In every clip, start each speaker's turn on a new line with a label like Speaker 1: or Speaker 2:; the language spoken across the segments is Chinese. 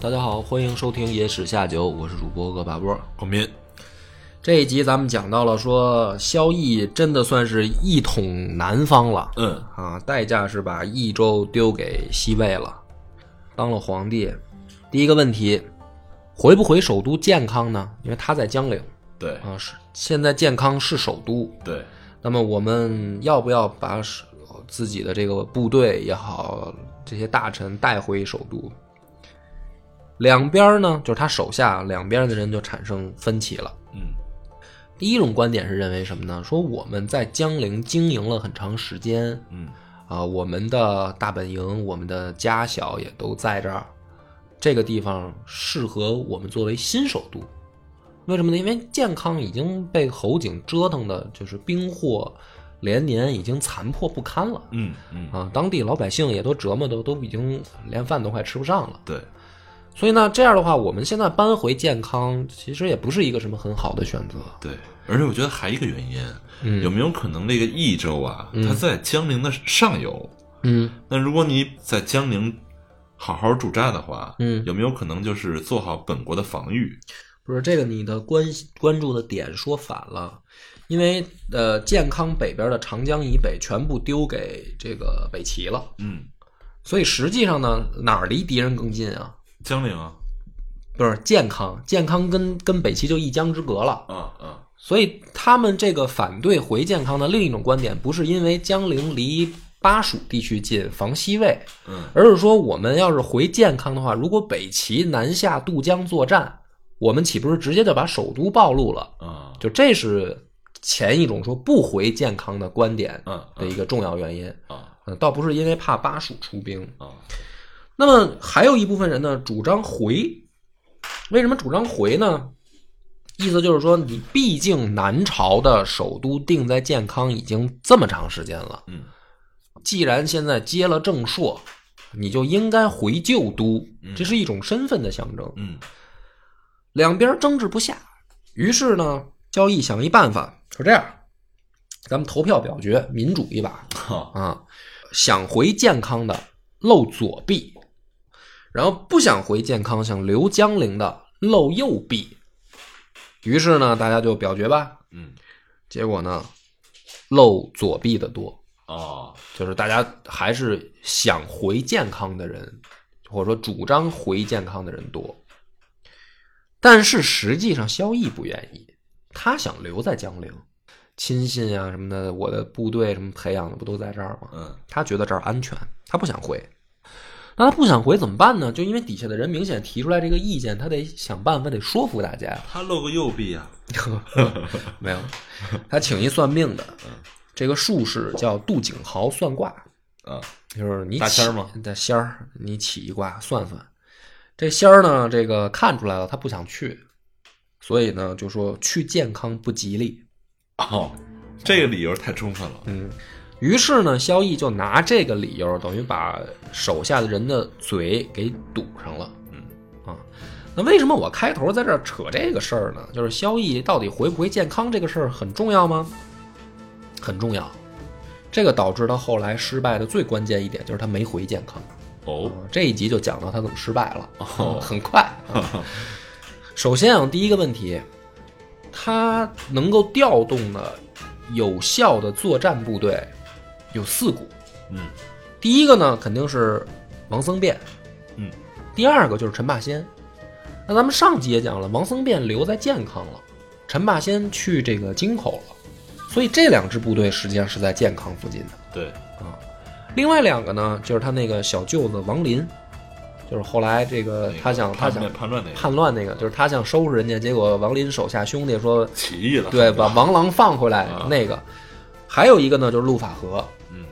Speaker 1: 大家好，欢迎收听《野史下酒》，我是主播恶霸波。
Speaker 2: 广民，
Speaker 1: 这一集咱们讲到了说，萧绎真的算是一统南方了
Speaker 2: 嗯，
Speaker 1: 啊，代价是把益州丢给西魏了，当了皇帝。第一个问题，回不回首都建康呢？因为他在江陵
Speaker 2: 对
Speaker 1: 啊，是现在建康是首都，
Speaker 2: 对，
Speaker 1: 那么我们要不要把首自己的这个部队也好，这些大臣带回首都？两边儿呢，就是他手下两边的人就产生分歧了。
Speaker 2: 嗯
Speaker 1: 第一种观点是认为什么呢？说我们在江陵经营了很长时间，
Speaker 2: 嗯
Speaker 1: 啊、我们的大本营、我们的家小也都在这儿，这个地方适合我们作为新首都。为什么呢？因为健康已经被侯景折腾的，就是兵祸连年，已经残破不堪了
Speaker 2: 嗯嗯，
Speaker 1: 啊！当地老百姓也都折磨的都已经连饭都快吃不上了。
Speaker 2: 对，
Speaker 1: 所以呢，这样的话，我们现在搬回健康，其实也不是一个什么很好的选择。
Speaker 2: 对，而且我觉得还有一个原因，
Speaker 1: 嗯
Speaker 2: 有没有可能这个益州啊，它在江陵的上游？
Speaker 1: 嗯
Speaker 2: 那如果你在江陵好好驻扎的话，
Speaker 1: 嗯
Speaker 2: 有没有可能就是做好本国的防御？
Speaker 1: 不是这个，你的关关注的点说反了，因为呃，健康北边的长江以北全部丢给这个北齐了，
Speaker 2: 嗯，
Speaker 1: 所以实际上呢，哪儿离敌人更近啊？
Speaker 2: 江陵啊，
Speaker 1: 不是健康，健康跟跟北齐就一江之隔了，
Speaker 2: 啊啊，
Speaker 1: 所以他们这个反对回健康的另一种观点，不是因为江陵离巴蜀地区近防西魏，
Speaker 2: 嗯
Speaker 1: 而是说我们要是回健康的话，如果北齐南下渡江作战，我们岂不是直接就把首都暴露了？
Speaker 2: 啊，
Speaker 1: 就这是前一种说不回健康的观点
Speaker 2: 嗯
Speaker 1: 的一个重要原因。
Speaker 2: 啊
Speaker 1: 呃，倒不是因为怕巴蜀出兵。
Speaker 2: 啊，
Speaker 1: 那么还有一部分人呢，主张回。为什么主张回呢？意思就是说，你毕竟南朝的首都定在健康已经这么长时间了，
Speaker 2: 嗯
Speaker 1: 既然现在接了正朔，你就应该回旧都，这是一种身份的象征。
Speaker 2: 嗯
Speaker 1: 两边争执不下，于是呢，交易想一办法，说这样，咱们投票表决，民主一把
Speaker 2: 哈，
Speaker 1: 啊，想回健康的露左臂，然后不想回健康想留江陵的露右臂。于是呢，大家就表决吧。
Speaker 2: 嗯
Speaker 1: 结果呢，露左臂的多，
Speaker 2: 哦，
Speaker 1: 就是大家还是想回健康的人，或者说主张回健康的人多。但是实际上，萧绎不愿意，他想留在江陵，亲信啊什么的，我的部队什么培养的不都在这儿吗？
Speaker 2: 嗯
Speaker 1: 他觉得这儿安全，他不想回。那他不想回怎么办呢？就因为底下的人明显提出来这个意见，他得想办法得说服大家。
Speaker 2: 他露个右臂啊，
Speaker 1: 没有，他请一算命的，这个术士叫杜景豪算卦。
Speaker 2: 啊，
Speaker 1: 就是你
Speaker 2: 大
Speaker 1: 起
Speaker 2: 仙儿吗？
Speaker 1: 大仙儿，你起一卦算算。这仙儿呢，这个看出来了，他不想去，所以呢就说去健康不吉利。
Speaker 2: 哦，这个理由太充分
Speaker 1: 嗯
Speaker 2: 了，
Speaker 1: 于是呢，萧绎就拿这个理由，等于把手下的人的嘴给堵上了。
Speaker 2: 嗯
Speaker 1: 啊，那为什么我开头在这儿扯这个事儿呢？就是萧绎到底回不回健康这个事儿很重要吗？很重要。这个导致他后来失败的最关键一点就是他没回健康。
Speaker 2: 哦，
Speaker 1: 嗯这一集就讲到他怎么失败了，
Speaker 2: 哦
Speaker 1: 嗯 很快。 啊首先啊，第一个问题，他能够调动的有效的作战部队有四股。
Speaker 2: 嗯
Speaker 1: 第一个呢，肯定是王僧辩；
Speaker 2: 嗯
Speaker 1: 第二个就是陈霸先。那咱们上集也讲了，王僧辩留在健康了，陈霸先去这个京口了，所以这两支部队实际上是在健康附近的。
Speaker 2: 对，
Speaker 1: 另外两个呢，就是他那个小舅子王林，就是后来这个他想他
Speaker 2: 叛
Speaker 1: 想
Speaker 2: 乱叛乱那个
Speaker 1: 叛乱那个，就是他想收拾人家，结果王林手下兄弟说，
Speaker 2: 起义了，
Speaker 1: 对，把王郎放回来
Speaker 2: 啊
Speaker 1: 那个。还有一个呢，就是陆法和。
Speaker 2: 嗯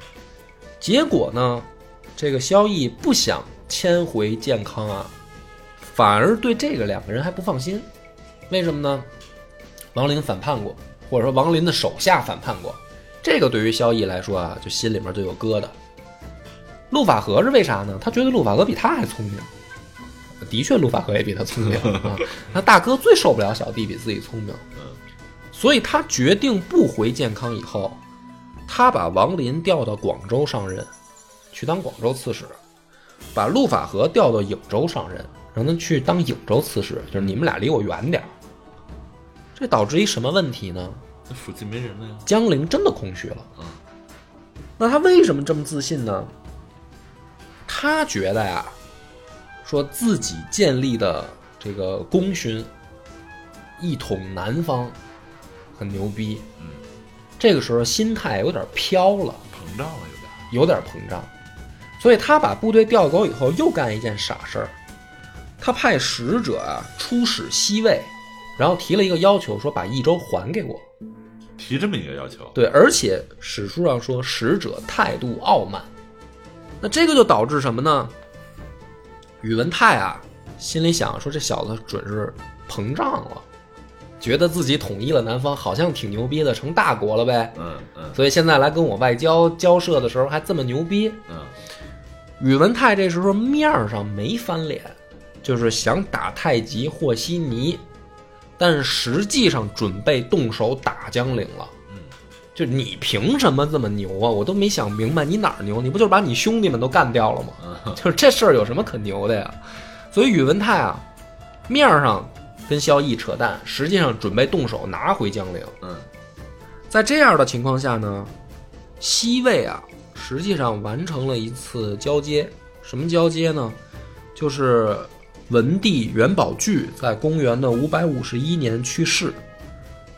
Speaker 1: 结果呢，这个萧绎不想迁回健康啊，反而对这个两个人还不放心。为什么呢？王林反叛过，或者说王林的手下反叛过，这个对于萧逸来说啊，就心里面就有疙瘩。陆法和是为啥呢？他觉得陆法和比他还聪明。的确，陆法和也比他聪明 啊。那大哥最受不了小弟比自己聪明，所以他决定不回健康以后，他把王林调到广州上任，去当广州刺史，把陆法和调到颍州上任，让他去当颍州刺史，就是你们俩离我远点儿。这导致一什么问题呢？
Speaker 2: 那附近没人了呀。
Speaker 1: 江陵真的空虚了
Speaker 2: 嗯。
Speaker 1: 那他为什么这么自信呢？他觉得呀，说自己建立的这个功勋一统南方，很牛逼。
Speaker 2: 嗯，
Speaker 1: 这个时候心态有点飘了，
Speaker 2: 膨胀了有点。
Speaker 1: 有点膨胀，所以他把部队调走以后，又干一件傻事儿，他派使者啊出使西魏，然后提了一个要求，说把益州还给我。
Speaker 2: 提这么一个要求，
Speaker 1: 对，而且史书上说使者态度傲慢，那这个就导致什么呢？宇文泰啊，心里想说这小子准是膨胀了，觉得自己统一了南方，好像挺牛逼的，成大国了呗。
Speaker 2: 嗯嗯
Speaker 1: 所以现在来跟我外交交涉的时候还这么牛逼。
Speaker 2: 嗯，
Speaker 1: 宇文泰这时候面儿上没翻脸，就是想打太极和稀泥，但是实际上准备动手打江陵了。
Speaker 2: 嗯，
Speaker 1: 就你凭什么这么牛啊？我都没想明白你哪儿牛，你不就是把你兄弟们都干掉了吗？就是这事儿有什么可牛的呀？所以宇文泰啊，面儿上跟萧绎扯淡，实际上准备动手拿回江陵。
Speaker 2: 嗯
Speaker 1: 在这样的情况下呢，西魏啊，实际上完成了一次交接。什么交接呢？就是文帝元宝炬在公元的五百五十一年去世，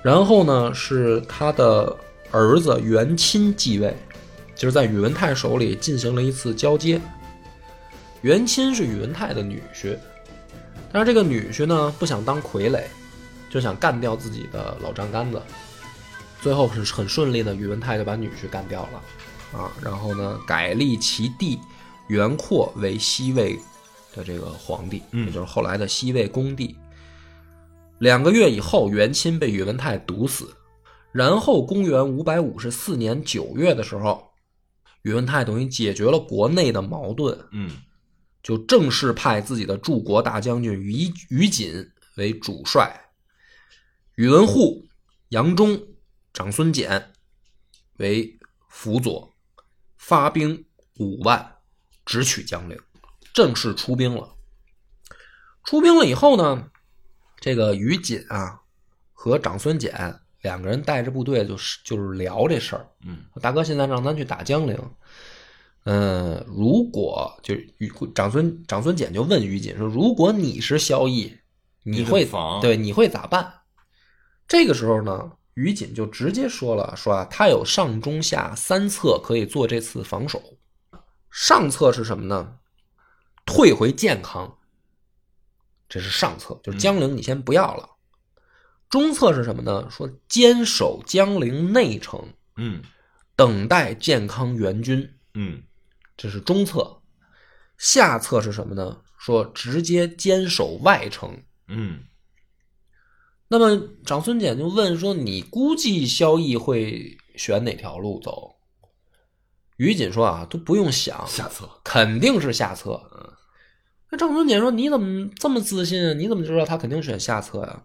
Speaker 1: 然后呢是他的儿子元钦继位，就是在宇文泰手里进行了一次交接。元钦是宇文泰的女婿，但是这个女婿呢不想当傀儡，就想干掉自己的老丈杆子。最后很很顺利的，宇文泰就把女婿干掉了，啊，然后呢，改立其弟元阔为西魏的这个皇帝，
Speaker 2: 嗯
Speaker 1: 也就是后来的西魏恭帝。两个月以后，元钦被宇文泰毒死，然后公元五百五十四年九月的时候，宇文泰等于解决了国内的矛盾，
Speaker 2: 嗯
Speaker 1: 就正式派自己的柱国大将军于于锦为主帅，宇文护、杨忠、长孙简为辅佐，发兵五万，直取江陵，正式出兵了。出兵了以后呢，这个于锦啊和长孙简两个人带着部队就是就是聊这事儿，
Speaker 2: 嗯
Speaker 1: 大哥现在让咱去打江陵。嗯，如果就是于长孙长孙简就问于锦说，如果你是萧绎，你
Speaker 2: 你
Speaker 1: 会
Speaker 2: 怎么防
Speaker 1: 对你会咋办？这个时候呢，于锦就直接说了，说啊，他有上中下三策可以做这次防守。上策是什么呢？退回健康，这是上策，
Speaker 2: 嗯
Speaker 1: 就是江陵你先不要了。中策是什么呢？说坚守江陵内城，
Speaker 2: 嗯
Speaker 1: 等待健康援军，
Speaker 2: 嗯
Speaker 1: 这是中策。下策是什么呢？说直接坚守外城。
Speaker 2: 嗯
Speaker 1: 那么长孙简就问说：“你估计萧绎会选哪条路走？”于锦说：“啊，都不用想，
Speaker 2: 下策，
Speaker 1: 肯定是下策。”那长孙简说：“你怎么这么自信啊？你怎么知道他肯定选下策呀、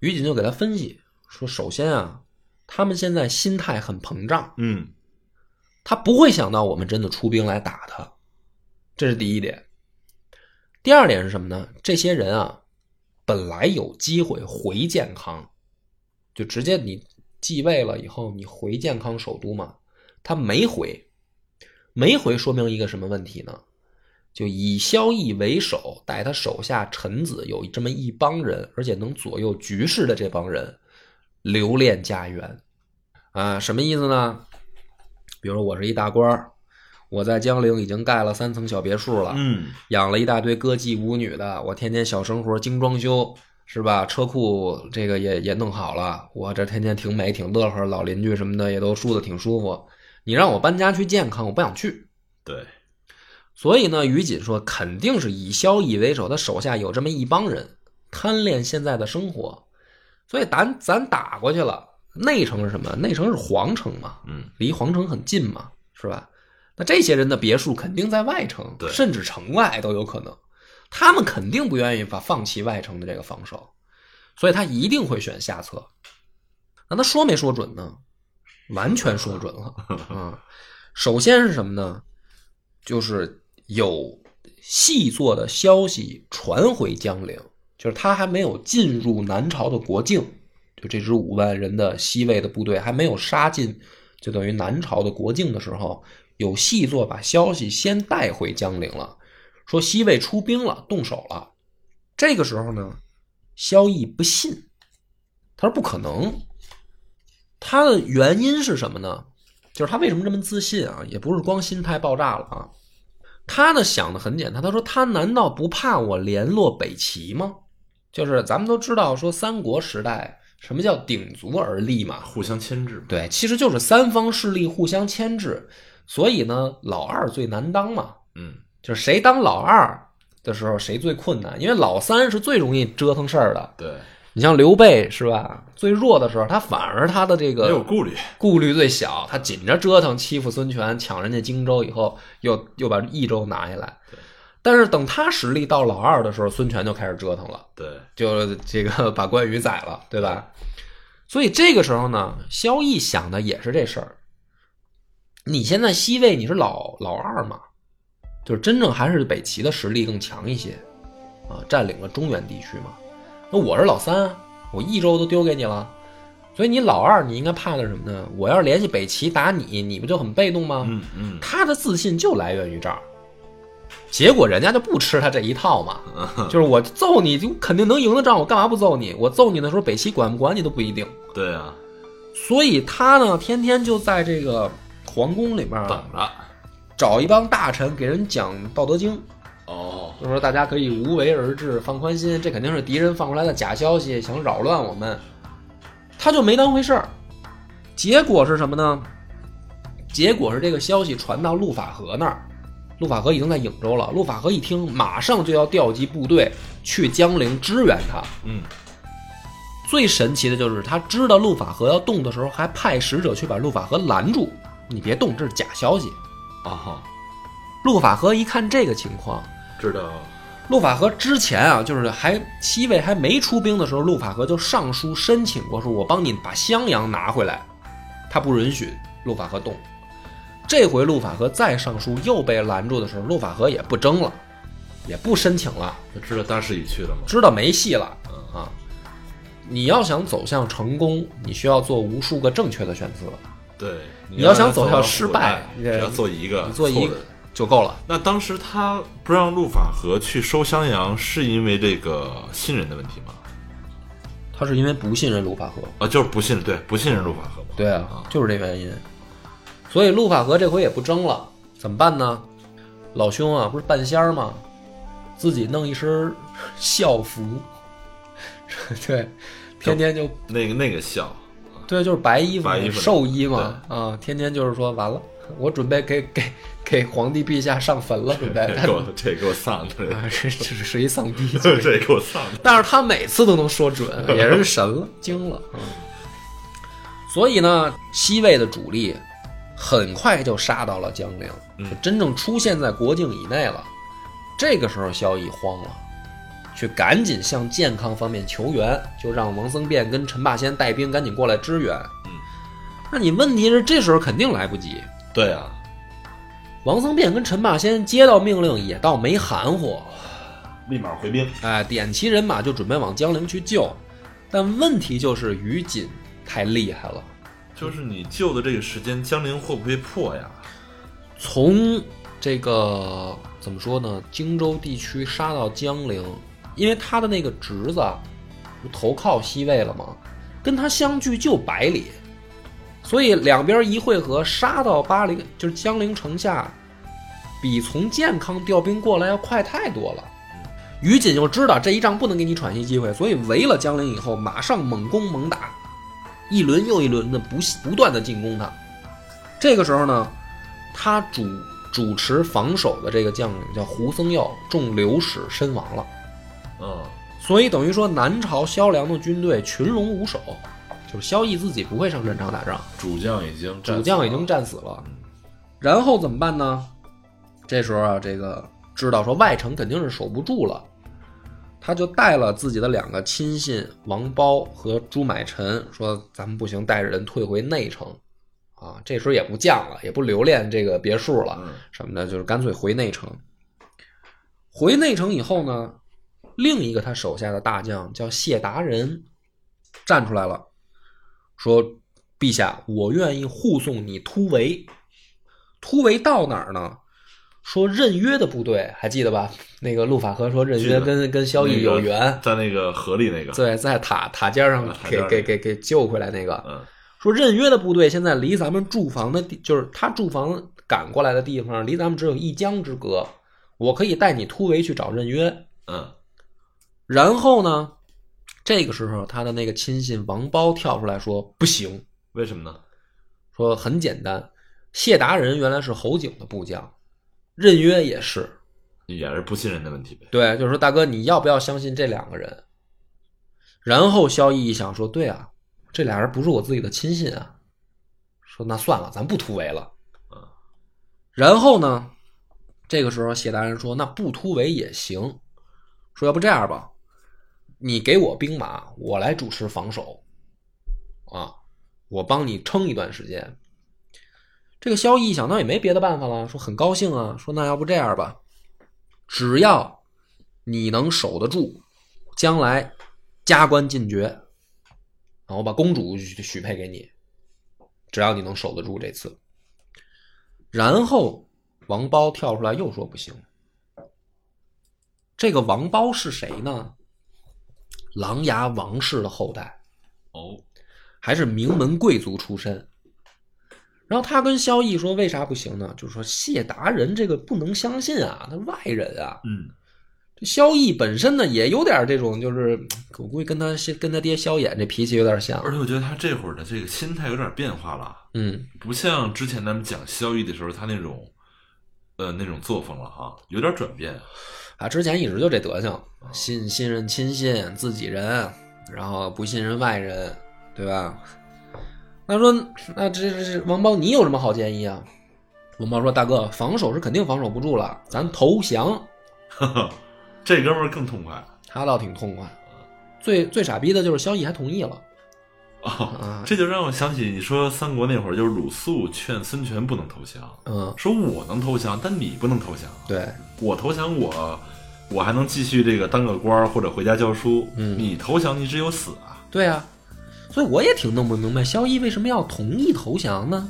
Speaker 1: 于锦就给他分析说：“首先啊，他们现在心态很膨胀，
Speaker 2: 嗯
Speaker 1: 他不会想到我们真的出兵来打他，这是第一点。第二点是什么呢？这些人啊，本来有机会回健康，就直接你继位了以后，你回健康首都嘛，他没回，没回说明一个什么问题呢？就以萧绎为首，带他手下臣子有这么一帮人，而且能左右局势的这帮人，留恋家园，啊，什么意思呢？比如说我是一大官儿，我在江陵已经盖了三层小别墅了，
Speaker 2: 嗯
Speaker 1: 养了一大堆歌妓舞女的，我天天小生活精装修，是吧？车库这个也也弄好了，我这天天挺美挺乐呵，老邻居什么的也都住的挺舒服。你让我搬家去健康，我不想去。
Speaker 2: 对，
Speaker 1: 所以呢，于锦说肯定是以萧绎为首，他手下有这么一帮人贪恋现在的生活，所以咱咱打过去了。内城是什么？内城是皇城嘛，
Speaker 2: 嗯，
Speaker 1: 离皇城很近嘛，是吧？那这些人的别墅肯定在外城，
Speaker 2: 对
Speaker 1: 甚至城外都有可能。他们肯定不愿意把放弃外城的这个防守，所以他一定会选下策。那他说没说准呢？完全说准了嗯！首先是什么呢？就是有细作的消息传回江陵，就是他还没有进入南朝的国境，就这支五万人的西魏的部队还没有杀进，就等于南朝的国境的时候，有细作把消息先带回江陵了，说西魏出兵了，动手了。这个时候呢，萧绎不信，他说不可能。他的原因是什么呢？就是他为什么这么自信啊？也不是光心态爆炸了啊。他呢想的很简单，他说他难道不怕我联络北齐吗？就是咱们都知道说三国时代什么叫鼎足而立嘛，
Speaker 2: 啊互相牵制嘛。
Speaker 1: 对，其实就是三方势力互相牵制，所以呢老二最难当嘛，
Speaker 2: 嗯，
Speaker 1: 就是谁当老二的时候谁最困难，因为老三是最容易折腾事儿的。
Speaker 2: 对，
Speaker 1: 你像刘备是吧？最弱的时候，他反而他的这个
Speaker 2: 没有顾虑，
Speaker 1: 顾虑最小，他紧着折腾欺负孙权，抢人家荆州以后，又又把益州拿下来。但是等他实力到老二的时候，孙权就开始折腾了，
Speaker 2: 对，
Speaker 1: 就这个把关羽宰了，对吧？所以这个时候呢，萧绎想的也是这事儿。你现在西魏你是老老二嘛，就是真正还是北齐的实力更强一些，啊，占领了中原地区嘛。那我是老三啊，我益州都丢给你了，所以你老二你应该怕的是什么呢？我要是联系北齐打你，你不就很被动吗？
Speaker 2: 嗯嗯，
Speaker 1: 他的自信就来源于这儿。结果人家就不吃他这一套嘛， 就是我揍你就肯定能赢的仗，我干嘛不揍你？我揍你的时候，北齐管不管你都不一定。
Speaker 2: 对啊，
Speaker 1: 所以他呢，天天就在这个皇宫里面啊
Speaker 2: 等着。
Speaker 1: 找一帮大臣给人讲《道德经》，
Speaker 2: 哦，
Speaker 1: 就说大家可以无为而治，放宽心，这肯定是敌人放出来的假消息，想扰乱我们。他就没当回事儿。结果是什么呢？结果是这个消息传到陆法和那儿，陆法和已经在颍州了。陆法和一听，马上就要调集部队去江陵支援他。
Speaker 2: 嗯，
Speaker 1: 最神奇的就是他知道陆法和要动的时候，还派使者去把陆法和拦住，你别动，这是假消息。
Speaker 2: 哦，
Speaker 1: 陆法和一看这个情况，
Speaker 2: 知道，
Speaker 1: 陆法和之前啊，就是还西魏还没出兵的时候，陆法和就上书申请过，说我帮你把襄阳拿回来，他不允许陆法和动。这回陆法和再上书又被拦住的时候，陆法和也不争了，也不申请了，
Speaker 2: 他知道大势已去了吗？
Speaker 1: 知道没戏了啊！你要想走向成功，你需要做无数个正确的选择，
Speaker 2: 对，
Speaker 1: 你要想
Speaker 2: 走
Speaker 1: 走向失败
Speaker 2: 只要做一个，
Speaker 1: 你做一
Speaker 2: 错
Speaker 1: 个
Speaker 2: 的
Speaker 1: 就够了。
Speaker 2: 那当时他不让陆法和去收襄阳，是因为这个信任的问题吗？
Speaker 1: 他是因为不信任陆法和，
Speaker 2: 啊，就是不信任，对，不信任陆法和嘛。
Speaker 1: 对啊，就是这原因。所以陆法和这回也不争了，怎么办呢？老兄啊，不是半仙儿吗？自己弄一身校服， 对，天天就
Speaker 2: 那个那个 笑，
Speaker 1: 对，就是白衣服嘛，
Speaker 2: 白衣服
Speaker 1: 寿衣嘛，啊，天天就是说完了，我准备给给给皇帝陛下上坟了，准备，
Speaker 2: 这 给我这给我丧的，
Speaker 1: 但是这这是一丧逼，
Speaker 2: 这这给我丧的。
Speaker 1: 但是他每次都能说 准，也是神了，惊了。嗯所以呢，西魏的主力很快就杀到了江陵，
Speaker 2: 嗯
Speaker 1: 就真正出现在国境以内了。这个时候，萧绎慌了，去赶紧向健康方面求援，就让王僧辩跟陈霸先带兵赶紧过来支援。
Speaker 2: 嗯，
Speaker 1: 那你问题是这时候肯定来不及，
Speaker 2: 对啊，
Speaker 1: 王僧辩跟陈霸先接到命令也倒没含糊，
Speaker 2: 立马回兵。
Speaker 1: 哎，点齐人马就准备往江陵去救，但问题就是于锦太厉害了，
Speaker 2: 就是你救的这个时间，江陵会不会破呀？
Speaker 1: 从这个怎么说呢，荆州地区杀到江陵，因为他的那个侄子啊不投靠西魏了嘛，跟他相距就百里，所以两边一会合，杀到巴陵就是江陵城下，比从健康调兵过来要快太多了。于锦就知道这一仗不能给你喘息机会，所以围了江陵以后，马上猛攻猛打，一轮又一轮的不不断的进攻他。这个时候呢，他主主持防守的这个将领叫胡僧耀，中流矢身亡了。
Speaker 2: 嗯，
Speaker 1: 所以等于说，南朝萧梁的军队群龙无首，就是萧绎自己不会上战场打仗，
Speaker 2: 主将已经战
Speaker 1: 主
Speaker 2: 死
Speaker 1: 将已
Speaker 2: 了
Speaker 1: 经战死了。然后怎么办呢？这时候啊，这个知道说外城肯定是守不住了，他就带了自己的两个亲信王苞和朱买臣，说咱们不行，带着人退回内城。啊，这时候也不犟了，也不留恋这个别墅了，
Speaker 2: 嗯
Speaker 1: 什么的，就是干脆回内城。回内城以后呢，另一个他手下的大将叫谢达仁站出来了，说：“陛下，我愿意护送你突围。突围到哪儿呢？说任约的部队还记得吧？那个陆法和说任
Speaker 2: 记
Speaker 1: 约
Speaker 2: 得
Speaker 1: 跟跟萧
Speaker 2: 那
Speaker 1: 绎
Speaker 2: 个
Speaker 1: 有缘，
Speaker 2: 在那个河里那个，
Speaker 1: 对，在塔塔尖上
Speaker 2: 塔
Speaker 1: 给
Speaker 2: 尖儿
Speaker 1: 给
Speaker 2: 那个
Speaker 1: 给给救回来那个。
Speaker 2: 嗯
Speaker 1: 说任约的部队现在离咱们驻防的地，就是他驻防赶过来的地方，离咱们只有一江之隔。我可以带你突围去找任约。
Speaker 2: 嗯
Speaker 1: 然后呢，这个时候他的那个亲信王苞跳出来说：“不行，
Speaker 2: 为什么呢？
Speaker 1: 说很简单，谢达人原来是侯景的部将，任约也是。
Speaker 2: 也是不信任的问题呗。
Speaker 1: 对，就是说大哥，你要不要相信这两个人？”然后萧绎一想说：“对啊，这俩人不是我自己的亲信啊。”说：“那算了，咱不突围了。”啊
Speaker 2: 嗯
Speaker 1: 然后呢，这个时候谢达人说：“那不突围也行，说要不这样吧，你给我兵马，我来主持防守，啊，我帮你撑一段时间。”这个萧绎想到也没别的办法了，说很高兴啊，说那要不这样吧，只要你能守得住，将来加官进爵，然后把公主许许配给你，只要你能守得住这次。然后王苞跳出来又说不行。这个王苞是谁呢？琅琊王氏的后代，
Speaker 2: 哦，
Speaker 1: 还是名门贵族出身。然后他跟萧绎说：“为啥不行呢？就是说谢达人这个不能相信啊，他外人啊。
Speaker 2: 嗯
Speaker 1: 这萧绎本身呢也有点这种，就是我估计跟他跟他爹萧衍这脾气有点像
Speaker 2: 而。且我觉得他这会儿的这个心态有点变化了，
Speaker 1: 嗯，
Speaker 2: 不像之前咱们讲萧绎的时候他那种，呃，那种作风了哈，有点转变。
Speaker 1: 啊，之前一直就这德行，信信任亲信自己人，然后不信任外人，对吧？那说那这这这王包，你有什么好建议啊？王包说：“大哥，防守是肯定防守不住了，咱投降。
Speaker 2: 这哥们儿更痛快”
Speaker 1: 他倒挺痛快。最最傻逼的就是萧绎还同意了。嗯
Speaker 2: 哦，这就让我想起你说三国那会儿，就是鲁肃劝孙权不能投降，
Speaker 1: 嗯，
Speaker 2: 说我能投降，但你不能投降。啊
Speaker 1: 对，
Speaker 2: 我投降我，我还能继续这个当个官儿或者回家教书。
Speaker 1: 嗯
Speaker 2: 你投降你只有死啊！
Speaker 1: 对啊，所以我也挺弄不明白萧绎为什么要同意投降呢？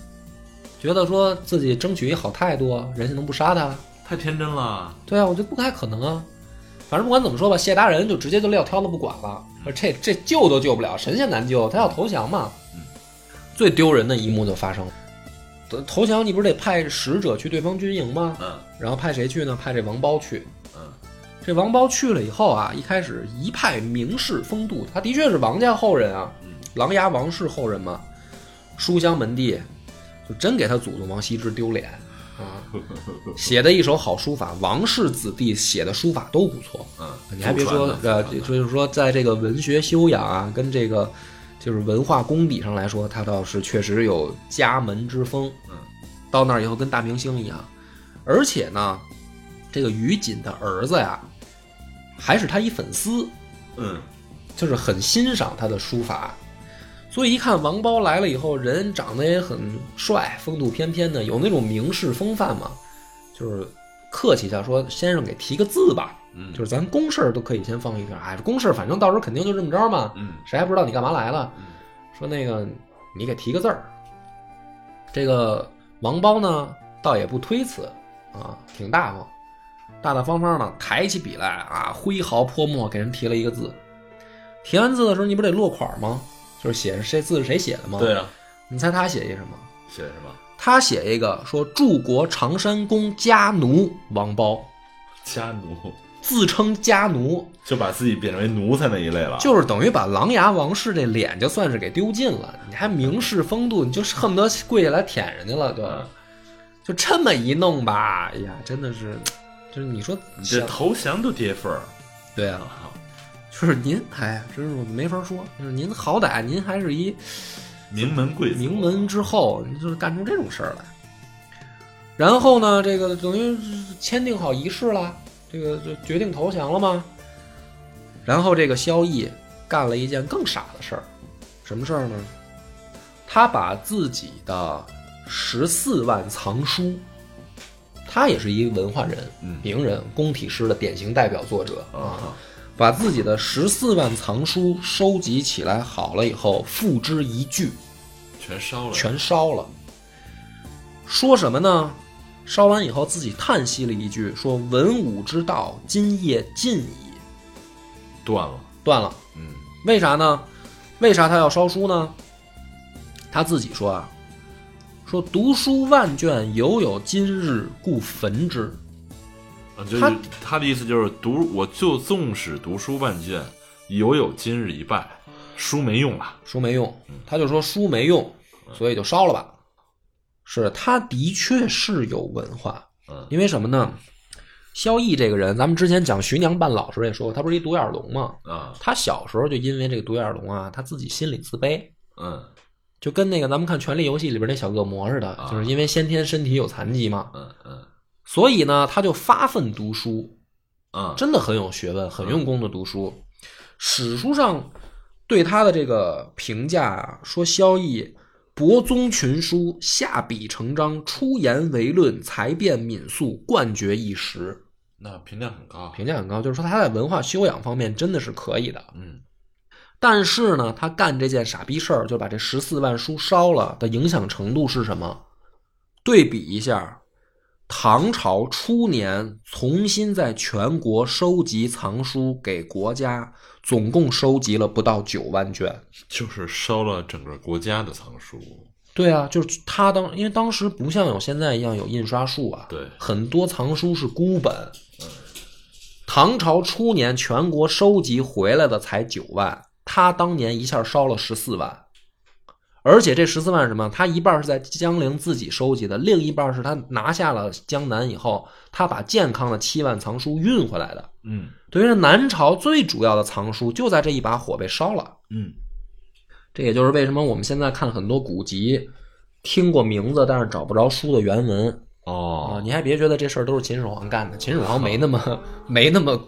Speaker 1: 觉得说自己争取一好态度啊，人家能不杀他？
Speaker 2: 太天真了，
Speaker 1: 对啊，我觉得不太可能啊。反正不管怎么说吧，谢达人就直接就撂挑子不管了，说这这救都救不了，神仙难救，他要投降嘛。
Speaker 2: 嗯
Speaker 1: 最丢人的一幕就发生了，投投降你不是得派使者去对方军营吗？
Speaker 2: 嗯
Speaker 1: 然后派谁去呢？派这王苞去。
Speaker 2: 嗯
Speaker 1: 这王苞去了以后啊，一开始一派名士风度，他的确是王家后人啊，
Speaker 2: 嗯
Speaker 1: 琅琊王氏后人嘛，书香门第，就真给他祖宗王羲之丢脸 啊！写的一手好书法，王氏子弟写的书法都不错。
Speaker 2: 嗯，
Speaker 1: 你还别说
Speaker 2: 祖，传
Speaker 1: 呃，
Speaker 2: 的
Speaker 1: 就就是说，在这个文学修养啊，跟这个就是文化功底上来说，他倒是确实有家门之风。
Speaker 2: 嗯，
Speaker 1: 到那儿以后跟大明星一样，而且呢，这个于锦的儿子呀，还是他一粉丝，
Speaker 2: 嗯
Speaker 1: 就是很欣赏他的书法，所以一看王苞来了以后，人长得也很帅，风度翩翩的，有那种名士风范嘛，就是客气一下说：“先生给提个字吧。”
Speaker 2: 嗯，
Speaker 1: 就是咱公事儿都可以先放一边儿，哎，公事儿反正到时候肯定就这么着嘛，
Speaker 2: 嗯
Speaker 1: 谁还不知道你干嘛来了？
Speaker 2: 嗯
Speaker 1: 说那个你给提个字儿。这个王苞呢，倒也不推辞啊，挺大方，大大方方的抬起笔来啊，挥毫泼墨给人提了一个字。提完字的时候，你不得落款吗？就是写是这字是谁写的吗？
Speaker 2: 对，啊，
Speaker 1: 你猜他写一什么？
Speaker 2: 写什么？
Speaker 1: 他写一个说柱国常山公家奴王苞，
Speaker 2: 家奴
Speaker 1: 自称家奴，
Speaker 2: 就把自己变成为奴才那一类了，
Speaker 1: 就是等于把琅琊王氏这脸就算是给丢尽了，你还名士风度，你就是恨不得跪下来舔人家了，对吧？
Speaker 2: 嗯
Speaker 1: 就这么一弄吧，哎呀，真的是，就是你说
Speaker 2: 你这
Speaker 1: 想
Speaker 2: 投降都跌份儿，
Speaker 1: 对啊，就是您，哎呀，真是我没法说，就是您好歹您还是一
Speaker 2: 名门贵族，
Speaker 1: 名门之后，你就是干出这种事儿来。然后呢，这个等于是签订好仪式了，这个就决定投降了吗？然后这个萧绎干了一件更傻的事儿，什么事儿呢？他把自己的十四万藏书，他也是一文化人、
Speaker 2: 嗯
Speaker 1: 名人、工体诗的典型代表作者
Speaker 2: 啊，
Speaker 1: 把自己的十四万藏书收集起来好了以后，付之一炬，
Speaker 2: 全烧了，
Speaker 1: 全烧了。说什么呢？烧完以后自己叹息了一句，说：“文武之道，今夜尽矣，
Speaker 2: 断了。
Speaker 1: 断了。”
Speaker 2: 嗯，
Speaker 1: 为啥呢？为啥他要烧书呢？他自己说啊，说读书万卷，犹有今日，故焚之。
Speaker 2: 啊就是
Speaker 1: 他
Speaker 2: 他的意思就是读，我就纵使读书万卷，犹有今日一败，书没用了。
Speaker 1: 书没用，他就说书没用，所以就烧了吧。是，他的确是有文化，
Speaker 2: 嗯
Speaker 1: 因为什么呢？萧绎这个人，咱们之前讲徐娘半老时候也说过，他不是一独眼龙吗？
Speaker 2: 啊，
Speaker 1: 他小时候就因为这个独眼龙啊，他自己心里自卑，
Speaker 2: 嗯
Speaker 1: 就跟那个咱们看《权力游戏》里边那小恶魔似的，就是因为先天身体有残疾嘛，
Speaker 2: 嗯嗯
Speaker 1: 所以呢，他就发奋读书，
Speaker 2: 嗯，
Speaker 1: 真的很有学问，很用功的读书。史书上对他的这个评价啊，说萧绎博宗群书，下笔成章，出言为论，才辩敏速，冠绝一时，
Speaker 2: 那评价很高。
Speaker 1: 评价很高。就是说他在文化修养方面真的是可以的。
Speaker 2: 嗯
Speaker 1: 但是呢，他干这件傻逼事儿，就把这十四万书烧了的影响程度是什么？对比一下，唐朝初年重新在全国收集藏书给国家，总共收集了不到九万卷。
Speaker 2: 就是烧了整个国家的藏书。
Speaker 1: 对啊，就是他当，因为当时不像有现在一样有印刷术啊，
Speaker 2: 对
Speaker 1: 很多藏书是孤本。唐朝初年全国收集回来的才九万，他当年一下烧了十四万，而且这十四万是什么？他一半是在江陵自己收集的，另一半是他拿下了江南以后，他把健康的七万藏书运回来的。
Speaker 2: 嗯
Speaker 1: 等于是南朝最主要的藏书就在这一把火被烧了。
Speaker 2: 嗯
Speaker 1: 这也就是为什么我们现在看很多古籍，听过名字但是找不着书的原文啊、
Speaker 2: 哦，
Speaker 1: 你还别觉得这事儿都是秦始皇干的，秦始皇没那么 没那么，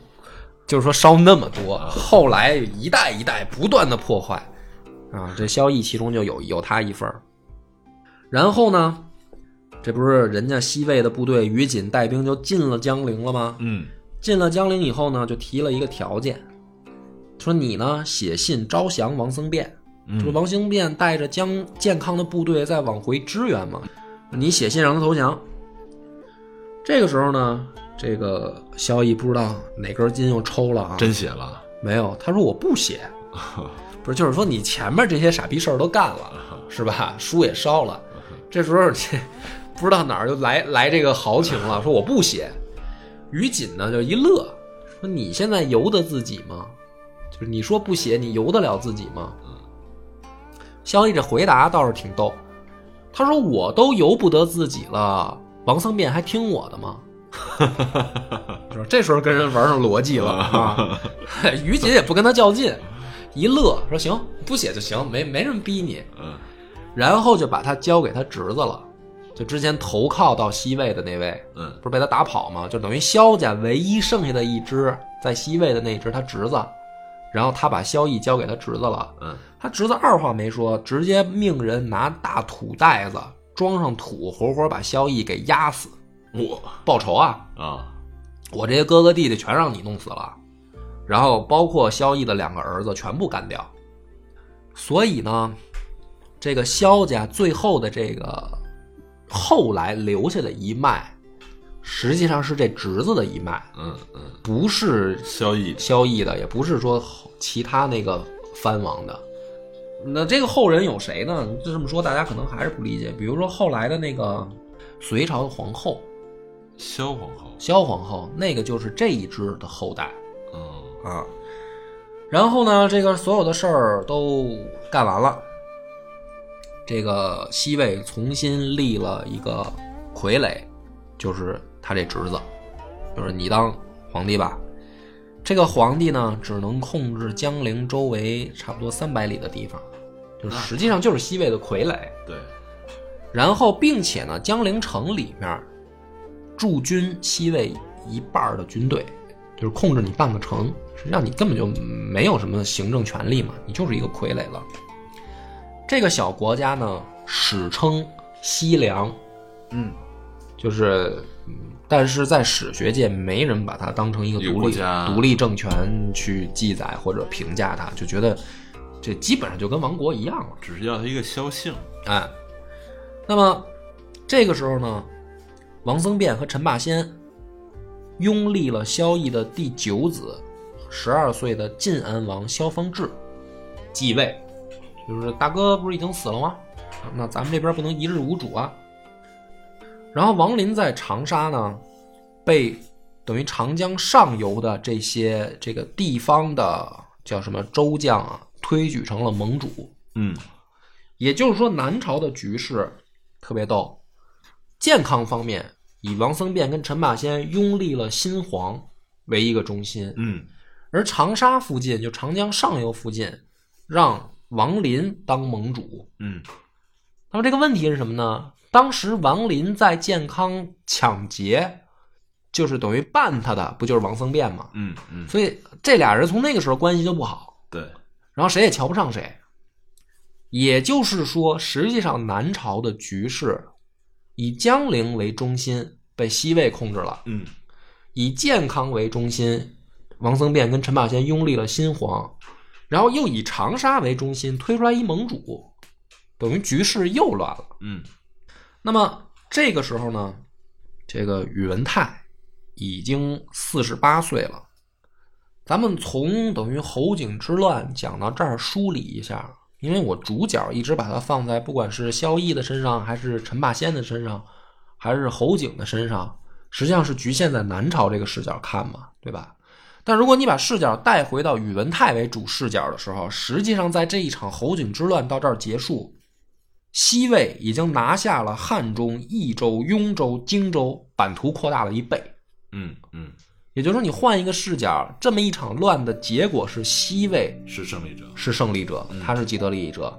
Speaker 1: 就是说烧那么多，后来一代一代不断的破坏啊。这萧绎其中就有有他一份儿。然后呢，这不是人家西魏的部队于禁带兵就进了江陵了吗？
Speaker 2: 嗯
Speaker 1: 进了江陵以后呢，就提了一个条件，说你呢写信招降王僧辩。这不
Speaker 2: 嗯
Speaker 1: 王兴变带着将健康的部队再往回支援嘛，你写信让他投降。这个时候呢，这个萧绎不知道哪根筋又抽了啊，
Speaker 2: 真写了。
Speaker 1: 没有，他说我不写，不是，就是说你前面这些傻逼事儿都干了，是吧？书也烧了，这时候这不知道哪儿就来来这个豪情了，说我不写。于锦呢就一乐，说你现在由得自己吗？就是你说不写，你由得了自己吗？萧绎这回答倒是挺逗，他说我都由不得自己了，王僧辩还听我的吗？就是这时候跟人玩上逻辑了啊！ 于锦也不跟他较劲，一乐说行，不写就行，没没人逼你。
Speaker 2: 嗯
Speaker 1: 然后就把他交给他侄子了，就之前投靠到西魏的那位，
Speaker 2: 嗯
Speaker 1: 不是被他打跑吗？就等于萧家唯一剩下的一支在西魏的那一支他侄子，然后他把萧绎交给他侄子了。
Speaker 2: 嗯
Speaker 1: 他侄子二话没说，直接命人拿大土袋子装上土，活活把萧绎给压死，
Speaker 2: 我
Speaker 1: 报仇啊！
Speaker 2: 啊
Speaker 1: 我这些哥哥弟弟全让你弄死了，然后包括萧绎的两个儿子全部干掉。所以呢，这个萧家最后的这个后来留下的一脉，实际上是这侄子的一脉，
Speaker 2: 嗯嗯，
Speaker 1: 不是
Speaker 2: 萧绎
Speaker 1: 萧绎的，也不是说其他那个藩王的。那这个后人有谁呢？就这么说，大家可能还是不理解。比如说后来的那个隋朝的皇后
Speaker 2: 萧皇后。
Speaker 1: 萧皇后，那个就是这一支的后代
Speaker 2: 嗯
Speaker 1: 啊。然后呢，这个所有的事儿都干完了，这个西魏重新立了一个傀儡就是他这侄子，就是你当皇帝吧。这个皇帝呢，只能控制江陵周围差不多三百里的地方，就是实际上就是西魏的傀儡。
Speaker 2: 对，
Speaker 1: 然后，并且呢，江陵城里面驻军西魏一半儿的军队，就是控制你半个城，实际上你根本就没有什么行政权力嘛，你就是一个傀儡了。这个小国家呢，史称西凉，
Speaker 2: 嗯，
Speaker 1: 就是，嗯但是在史学界没人把它当成一个
Speaker 2: 一个
Speaker 1: 独
Speaker 2: 国
Speaker 1: 立
Speaker 2: 家
Speaker 1: 独立政权去记载或者评价它，就觉得这基本上就跟亡国一样了。
Speaker 2: 只是要他一个萧姓，
Speaker 1: 哎，那么这个时候呢，王僧辩和陈霸先拥立了萧绎的第九子，十二岁的晋安王萧方智继位，就是大哥不是已经死了吗？那咱们这边不能一日无主啊。然后王林在长沙呢，被等于长江上游的这些这个地方的叫什么州将啊，推举成了盟主。
Speaker 2: 嗯，
Speaker 1: 也就是说，南朝的局势特别逗。健康方面，以王僧辩跟陈霸先拥立了新皇为一个中心，
Speaker 2: 嗯，
Speaker 1: 而长沙附近，就长江上游附近，让王林当盟主。
Speaker 2: 嗯，
Speaker 1: 那么这个问题是什么呢？当时王林在健康抢劫，就是等于办他的，不就是王僧辩吗？
Speaker 2: 嗯，嗯，
Speaker 1: 所以这俩人从那个时候关系就不好。
Speaker 2: 对，
Speaker 1: 然后谁也瞧不上谁。也就是说，实际上南朝的局势以江陵为中心被西魏控制了，
Speaker 2: 嗯，
Speaker 1: 以建康为中心，王僧辩跟陈霸先拥立了新皇，然后又以长沙为中心推出来一盟主，等于局势又乱了。
Speaker 2: 嗯，
Speaker 1: 那么这个时候呢，这个宇文泰已经四十八岁了。咱们从等于侯景之乱讲到这儿梳理一下，因为我主角一直把它放在不管是萧绎的身上，还是陈霸先的身上，还是侯景的身上，实际上是局限在南朝这个视角看嘛，对吧？但如果你把视角带回到宇文泰为主视角的时候，实际上在这一场侯景之乱到这儿结束，西魏已经拿下了汉中、益州、雍州、荆州，版图扩大了一倍。
Speaker 2: 嗯，嗯，
Speaker 1: 也就是说，你换一个视角，这么一场乱的结果是西魏
Speaker 2: 是胜利者，
Speaker 1: 是胜利者，他是既得利益者，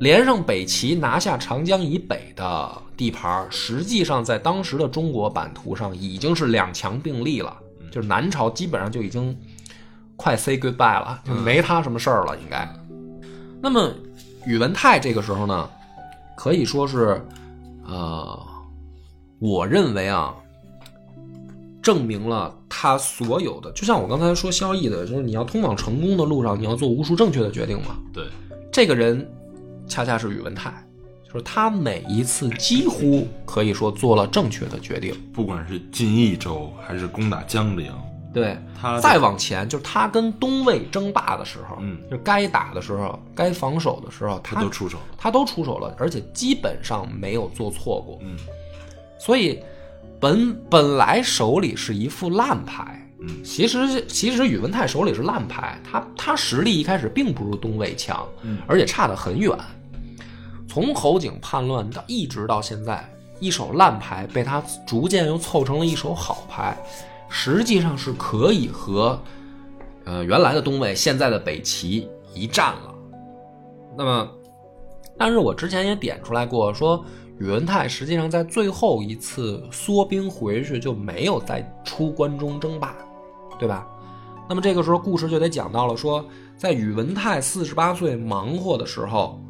Speaker 1: 连上北齐，拿下长江以北的地盘儿，实际上在当时的中国版图上已经是两强并立了，就是南朝基本上就已经快 say goodbye 了，就没他什么事儿了，应该。那么宇文泰这个时候呢，可以说是，呃，我认为啊，证明了他所有的，就像我刚才说萧绎的，就是你要通往成功的路上，你要做无数正确的决定嘛。
Speaker 2: 对，
Speaker 1: 这个人恰恰是宇文泰，就是他每一次几乎可以说做了正确的决定。
Speaker 2: 不管是进益州还是攻打江陵，
Speaker 1: 对，
Speaker 2: 他的
Speaker 1: 再往前就是他跟东魏争霸的时候，
Speaker 2: 嗯
Speaker 1: 就是该打的时候，该防守的时候，
Speaker 2: 他
Speaker 1: 他
Speaker 2: 都出手了，
Speaker 1: 他都出手了，而且基本上没有做错过。
Speaker 2: 嗯，
Speaker 1: 所以本本来手里是一副烂牌，
Speaker 2: 嗯
Speaker 1: 其实其实宇文泰手里是烂牌，他他实力一开始并不如东魏强，
Speaker 2: 嗯
Speaker 1: 而且差得很远。从侯景叛乱到一直到现在，一手烂牌被他逐渐又凑成了一手好牌，实际上是可以和呃原来的东魏现在的北齐一战了。那么但是我之前也点出来过，说宇文泰实际上在最后一次缩兵回去就没有再出关中争霸，对吧？那么这个时候故事就得讲到了说，在宇文泰四十八岁忙活的时候，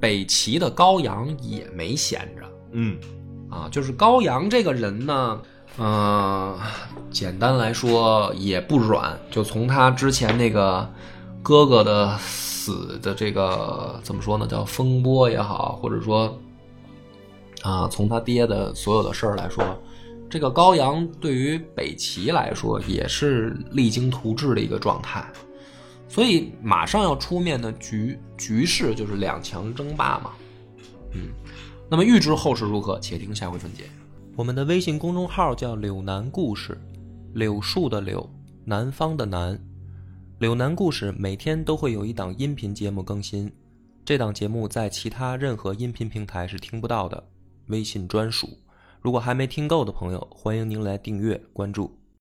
Speaker 1: 北齐的高阳也没闲着。
Speaker 2: 嗯，
Speaker 1: 啊，就是高阳这个人呢，嗯、简单来说也不软，就从他之前那个哥哥的死的这个怎么说呢，叫风波也好，或者说啊，从他爹的所有的事儿来说，这个高阳对于北齐来说也是励精图治的一个状态。所以马上要出面的局局势就是两强争霸嘛，那么预知后事如何，且听下回分解。我们的微信公众号叫“柳南故事”，柳树的柳，南方的南。柳南故事每天都会有一档音频节目更新，这档节目在其他任何音频平台是听不到的，微信专属。如如果还没听够的朋友，欢迎您来订阅关注。